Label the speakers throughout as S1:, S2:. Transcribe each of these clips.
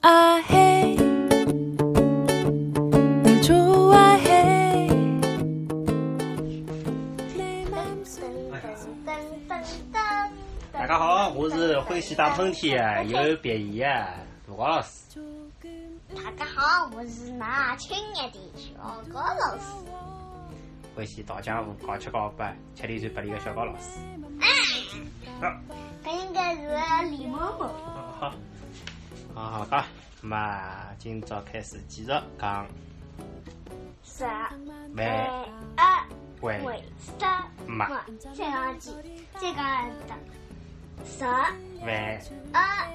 S1: 啊嘿，你出啊嘿。
S2: 大家好，我是欢喜打喷嚏有鼻炎的卢老师。
S3: 大家好，我是拿青一地区的高老师。
S2: 欢喜打江湖，搞七搞八，吃里算八里的小高老师。啊，
S3: 搿应该是李某某。
S2: 好，好好的，那么今朝开始继续讲
S3: 十二
S2: 万
S3: 为
S2: 为
S3: 三
S2: 嘛
S3: 嘛，再讲几，再讲一遍。十二
S2: 万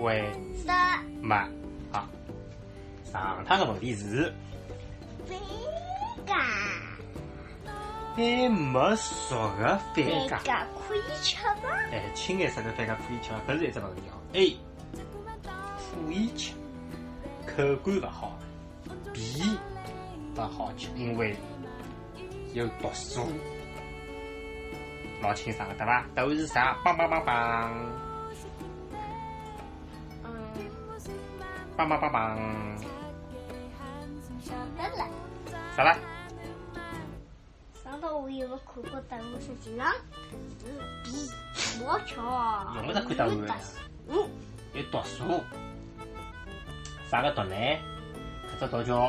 S2: 为
S3: 三
S2: 嘛啊。上趟的问题是，
S3: 饼干，
S2: 还没熟的番
S3: 饼
S2: 茄，
S3: 干可以吃吗？
S2: 哎，青颜色的番茄可以吃吗，搿是一只问题哦。A 可以吃，口感勿好；B 勿好吃，因为有毒素。老清爽的对伐？答案是啥？棒棒棒棒，
S3: 嗯，
S2: 棒棒棒棒，
S3: 晓得了。
S2: 啥啦
S3: 上头我有个看过答案是几样？是 B，毛球。
S2: 用勿着看答案啊
S3: 嗯，
S2: 有毒素。啥个毒呢？搿只毒叫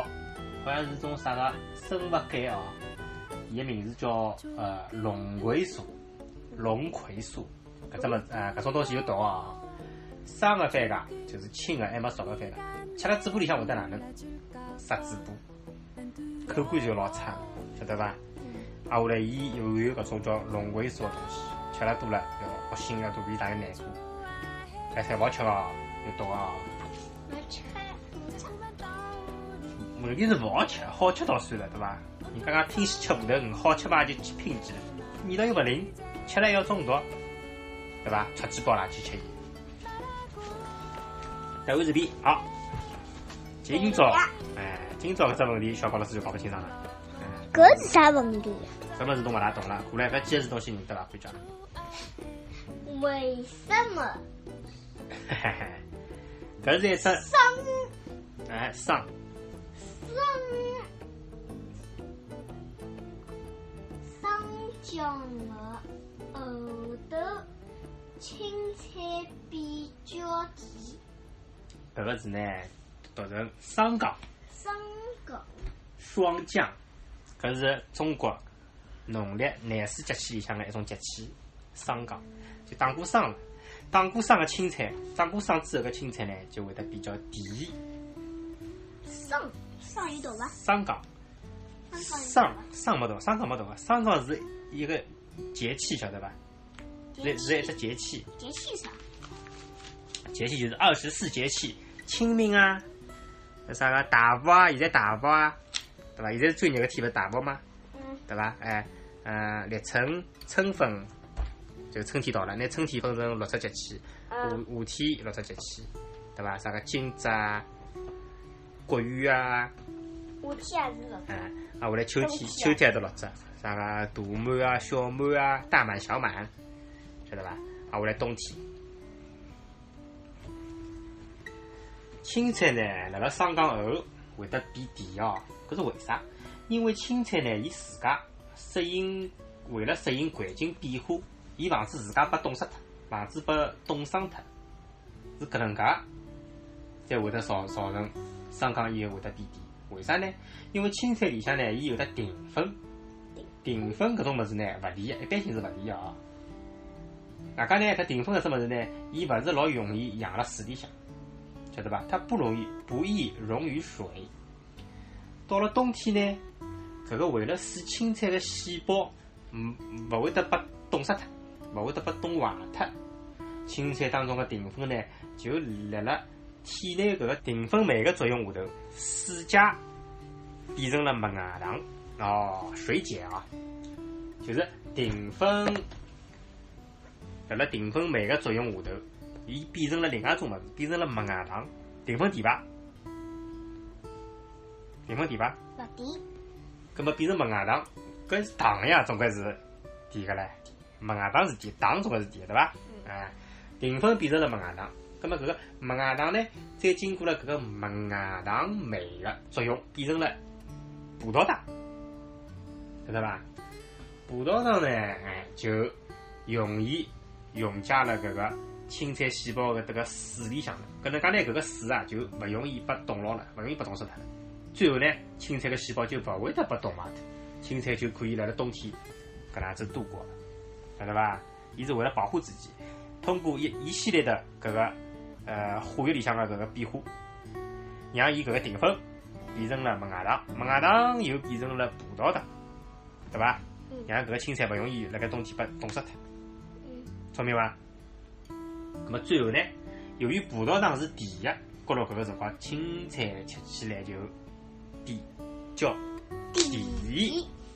S2: 好像是种啥个生物碱哦，伊个名字叫呃龙葵素，龙葵素。搿只物事啊，搿种东西有毒哦。生个番茄就是青个，还没熟个番茄，吃了嘴巴里向会得哪能？塞嘴巴，口感就老差，晓得伐？啊，后来伊又有搿种叫龙葵素个东西，吃了多了要恶心个，肚皮大有难过。哎，侪勿好吃哦，有毒哦。
S3: 我吃，我吃。
S2: 问题是勿好吃，好吃倒算了，对伐？人家讲拼死吃五头鱼，好吃嘛就去拼去了，味道又勿灵，吃了要中毒，对伐？吃鸡包啦去吃伊。答案是 B。好，今朝哎，今朝搿只问题，小高老师就搞勿清爽了。
S3: 搿是啥问题？
S2: 什么事都勿大懂了，过来搿几个字东西认得伐？会讲。
S3: 为什么
S2: 嘿嘿嘿， 搿是一只
S3: 生
S2: 哎生
S3: 生生姜的后头青菜比较甜？
S2: 搿个字呢，读成生港。
S3: 生姜
S2: 霜降，搿是中国农历廿四节气里向的一种节气，霜降就打过霜了。打过霜的青菜，打过霜之后的青菜呢，就会得比较甜。
S3: 生生有懂伐？
S2: 霜降，霜霜没懂，霜降没懂啊。霜降是一个节气，晓得伐？是是一只节气，
S3: 节气啥？
S2: 节气就是二十四节气，清明啊，那啥个大伏啊，现在大伏啊，对伐？现在是最热的天，勿是大伏吗？
S3: 嗯，
S2: 对伐？哎，呃，立春、春分，就春天到了，拿春天分成六只节气，夏
S3: 嗯
S2: 夏天六只节气，对伐？啥个惊蛰啊、谷雨啊，
S3: 夏天也是搿
S2: 哎，啊，后来秋
S3: 冬
S2: 天，
S3: 天啊
S2: 秋天还得六只，啥个大满啊、小满啊、大满、小满，晓得伐？啊，后来冬天。青菜呢，辣辣霜降后会得变甜哦，搿是为啥？因为青菜呢，伊自家适应，为了适应环境变化，伊防止自家被冻死脱，防止被冻伤脱，是搿能介，才会得造造成霜降以后会得变甜。为啥呢？因为青菜里向呢，伊有得淀粉，淀粉搿种物事呢勿利的，一般性是勿利的啊。外加呢，搿淀粉搿只物事呢，伊勿是老容易养辣水里向，晓得伐？它不容易不易溶于水。到了冬天呢，搿个为了使青菜的细胞，嗯，勿会得被冻死脱，勿会得被冻坏脱。青菜当中的淀粉呢，就辣辣体内搿个淀粉酶的作用下头，水解变成了麦芽糖啊哦，水解啊，就是淀粉辣辣淀粉酶的作用下头，伊变成了另外一种物事，变成了啊麦芽糖。淀粉甜伐？淀粉甜伐？
S3: 勿甜，
S2: 葛末变成麦芽糖，搿是糖呀，总归是甜个唻。麦芽糖是甜，糖总归是甜的对伐？啊，淀粉变成了麦芽糖，咁么搿个麦芽糖呢，再经过了搿个麦芽糖酶个作用，变成了葡萄糖，晓得伐？葡萄糖呢，哎，就容易溶解了搿个青菜细胞的迭个水里向了。搿能介呢，搿个水啊就勿容易被冻牢了，勿容易被冻死脱了。最后呢，青菜个细胞就勿会得被冻坏脱，青菜就可以辣辣冬天搿能样子度过了，晓得伐？伊是为了保护自己，通过一一系列的搿个呃化学里向的搿个变化，让伊搿个淀粉变成了麦芽糖，麦芽糖又变成了葡萄糖，对伐？
S3: 嗯
S2: 让搿个青菜勿容易辣盖冬天被冻死脱。
S3: 嗯
S2: 聪明伐？那么最后呢，由于葡萄糖是甜的，觉着搿个辰光青菜吃起来就甜，叫甜，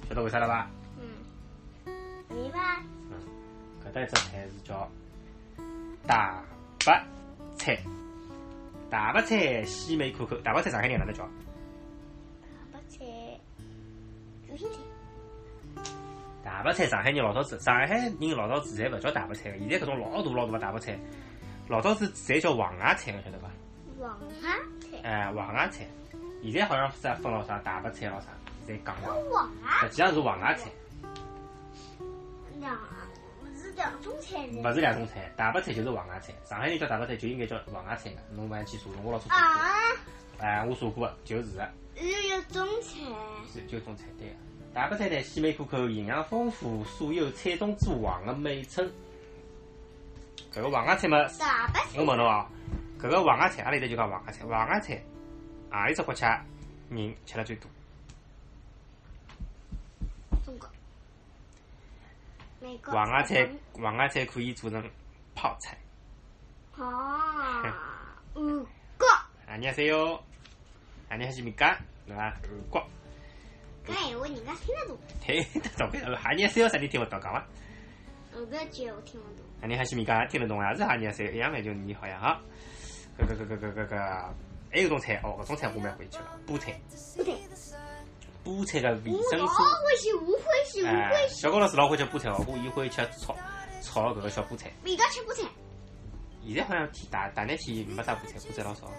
S2: 晓得为啥了伐？
S3: 嗯，明白。
S2: 搿搭一只菜是叫大白菜，大白菜鲜美可口，大白菜上海人哪能叫？
S3: 大白菜，有心菜，
S2: 大白菜上海人老早子，上海人老早子侪勿叫大白菜个，现在搿种老大老大个大白菜，老早子侪叫黄芽菜个，晓得伐？
S3: 黄芽菜，
S2: 哎，黄芽菜，现在好像啥分了啥大白菜咯啥，侪讲了。
S3: 黄芽
S2: 实际上是黄芽菜，
S3: 啊两是两种菜呢。
S2: 勿是两种菜。大白菜就是黄芽菜，上海人叫大白菜就应该叫黄芽菜个。侬勿要去查，我老早查过。
S3: 啊，
S2: 哎，我查过个，就是个，
S3: 又有种菜，
S2: 是就种菜对个。大白菜呢，鲜美可口，营养丰富，素有“菜中之王”的美称。搿个黄芽菜嘛，
S3: 大白菜
S2: 我问侬哦，搿个黄芽菜，阿拉现在就讲黄芽菜，黄芽菜何里只国家人吃了最多？哦
S3: 中国，美国
S2: 黄芽菜，黄芽菜可以做成泡菜。
S3: 啊，韩国，
S2: 안녕하세요. 안녕하십니까? 나 꼭.
S3: 哎，我人家听得懂，
S2: 대답해. 안녕하세요. 사니 팀 어떤 가만.
S3: 我感觉我听不懂。
S2: 안녕하십니까? 팀은 동아야. 저 안녕하세요. 양해 좀 니하야. 그그그그그그. 还有种菜哦，搿种菜我蛮欢喜吃个，菠菜，
S3: 不对，
S2: 菠菜个维
S3: 我哦
S2: 生
S3: 老
S2: 素，
S3: 欢喜，我欢喜，我
S2: 哎
S3: 欢，喜。
S2: 小高老师老欢喜吃菠菜哦，我伊欢喜吃炒炒搿个小菠菜。
S3: 每个吃菠菜，
S2: 现在好像天大大热天没啥菠菜，菠菜老少。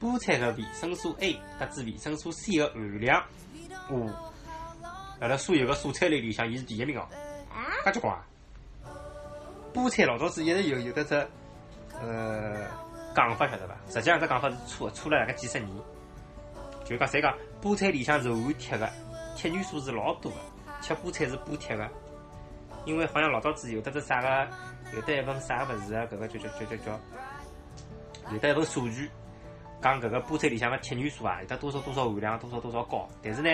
S2: 菠菜的维生素 A 搭至维生素 C 的含量，哦，辣辣所有的蔬菜类里向，伊是第一名哦，
S3: 啊，
S2: 介结棍啊！菠菜老早子一直有有得只呃讲法晓得伐？实际上只讲法是错的，错了大概几十年。就讲侪讲菠菜里向是含铁的，铁元素是老多的，吃菠菜是补铁的。因为好像老早子有得只啥个，有得一本啥物事啊，搿个叫叫叫叫叫，有得一本数据，讲搿个菠菜里向个铁元素啊，有得多少多少含量，多少多少高。但是呢，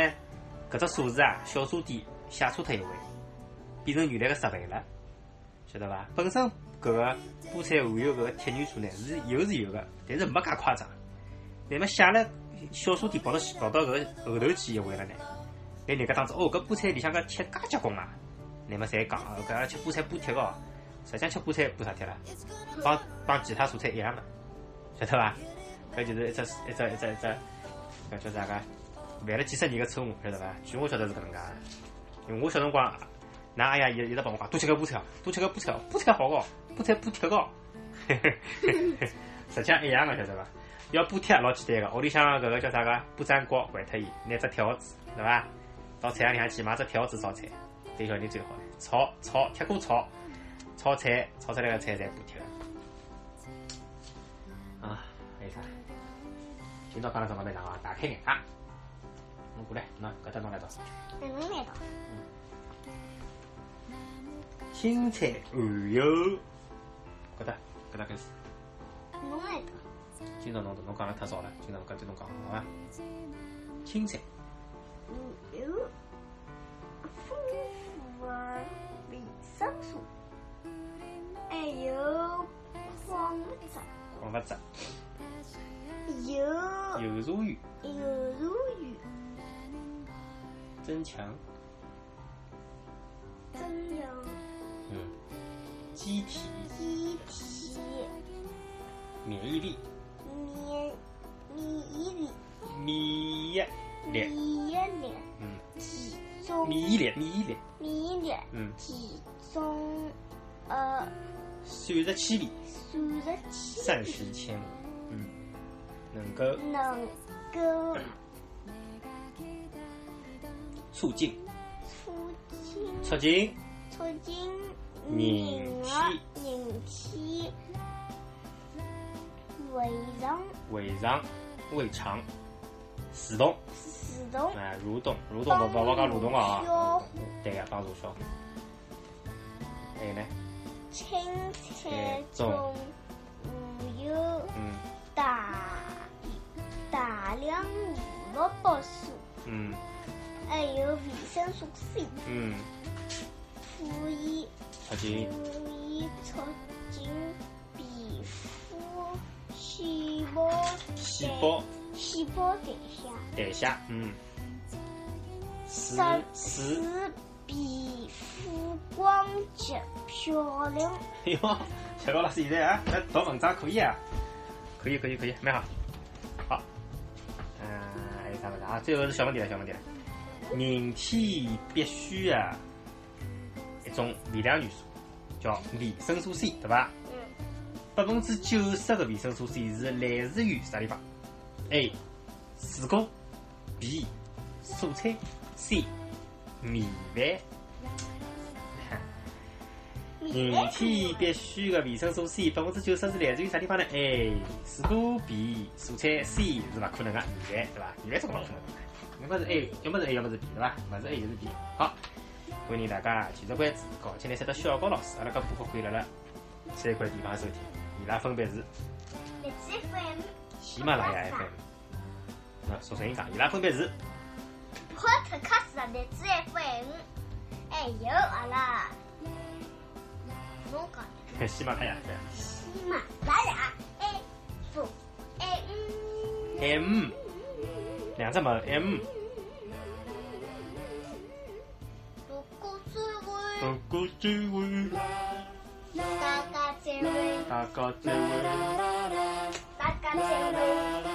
S2: 搿只数字啊，小数点写错脱一回，变成原来个十倍了，晓得伐？本身搿个菠菜含有搿个铁元素呢是有是有个，但是没介夸张。乃末写了小数点跑到跑到搿个后头去一回了呢，拿人家当作哦搿菠菜里向个铁介结棍啊！乃末侪讲哦搿要吃菠菜补铁个哦，实际上吃菠菜补啥铁啦？帮帮其他蔬菜一样的，啊晓得伐？搿就是一只一只一只一只搿叫啥个？犯了几十年个错误，晓得伐？据我晓得是搿能介的，因为我小辰光，㑚阿爷一一直帮我讲，多吃个菠菜哦，多吃个菠菜哦，菠菜好个哦，菠菜补铁个 哦，实际上一样个，晓得伐？要补贴老简单个，屋里向搿个叫啥个不粘锅还脱伊，拿只条子对伐？到菜场里向去买只条子烧菜，对小人最好了。炒炒铁锅炒，炒菜炒出来个菜侪补贴个。啊，还有啥？今朝讲了什么来着啊？大开眼界。侬过来，喏，搿搭侬来读。
S3: 哪能来的？
S2: 青菜含有，搿搭搿搭开始。
S3: 侬来的？
S2: 今朝侬侬讲了太少了，今朝搿就侬讲好伐？青菜。
S3: 嗯，有丰富的维生素，还有矿物质，
S2: 矿物质、
S3: 有
S2: 有助于
S3: 有助于
S2: 增强
S3: 增强
S2: 嗯机体
S3: 机体
S2: 免疫力、
S3: 免免疫力、
S2: 免疫
S3: 免
S2: 力，
S3: 疫力、
S2: 嗯，
S3: 体重、
S2: 免疫力，免疫力，
S3: 免疫力、
S2: 嗯，
S3: 体重，呃，
S2: 算术千里，
S3: 数得起
S2: 三十千里，嗯，能够
S3: 能够
S2: 促进
S3: 促进
S2: 促进
S3: 促进
S2: 人
S3: 人的人体胃肠
S2: 胃肠、胃肠蠕动，
S3: 蠕动，
S2: 哎，蠕动，蠕动，勿勿勿讲蠕动啊
S3: 帮
S2: 啊，对个，帮助消。还有呢，
S3: 清
S2: 哎
S3: 菜
S2: 中
S3: 中含有
S2: 嗯
S3: 大大量胡萝卜素，
S2: 嗯
S3: 还有维生素 C，
S2: 嗯，
S3: 可以
S2: 促
S3: 可
S2: 进
S3: 以促进皮肤细胞
S2: 细胞
S3: 细胞代谢。
S2: 代谢，嗯，使
S3: 三
S2: 使
S3: 使，皮肤光洁漂亮。
S2: 哎呦，学到了现在啊，那读文章可以啊，可以可以可以，蛮好，好，嗯、还有啥物事啊？最后是小问题了，小问题了，人体必需的、啊一种微量元素叫维生素 C，对伐？
S3: 嗯，
S2: 百分之九十的维生素 C 是来自于啥地方？A. 水果 B. 蔬菜 C. 米饭。人体嗯必需的维生素 C 百分之九十是来自于啥地方呢？A. 水果 B. 蔬菜 C 是勿可能的，米饭对伐？米饭怎么可能？要么是 A，要么是 A，要么是 B 对伐？勿是 A 就是 B。好，欢迎大家继续关注搞起来识得小高老师，阿拉搿播客可以辣辣三块地方收听，伊拉分别是
S3: 荔枝 FM、
S2: 喜马拉雅 FM。那说声音讲，伊拉分别是
S3: Podcast 荔枝 FM，还哎有啊嗯阿拉，侬讲
S2: 喜马拉雅 FM。
S3: 嗯喜马拉雅哎啊 F 哎 M，
S2: M 嗯两只门 M
S3: 如果只会
S2: 大家聚会，嗯
S3: 大家只会
S2: 大家聚会，
S3: 大家只会。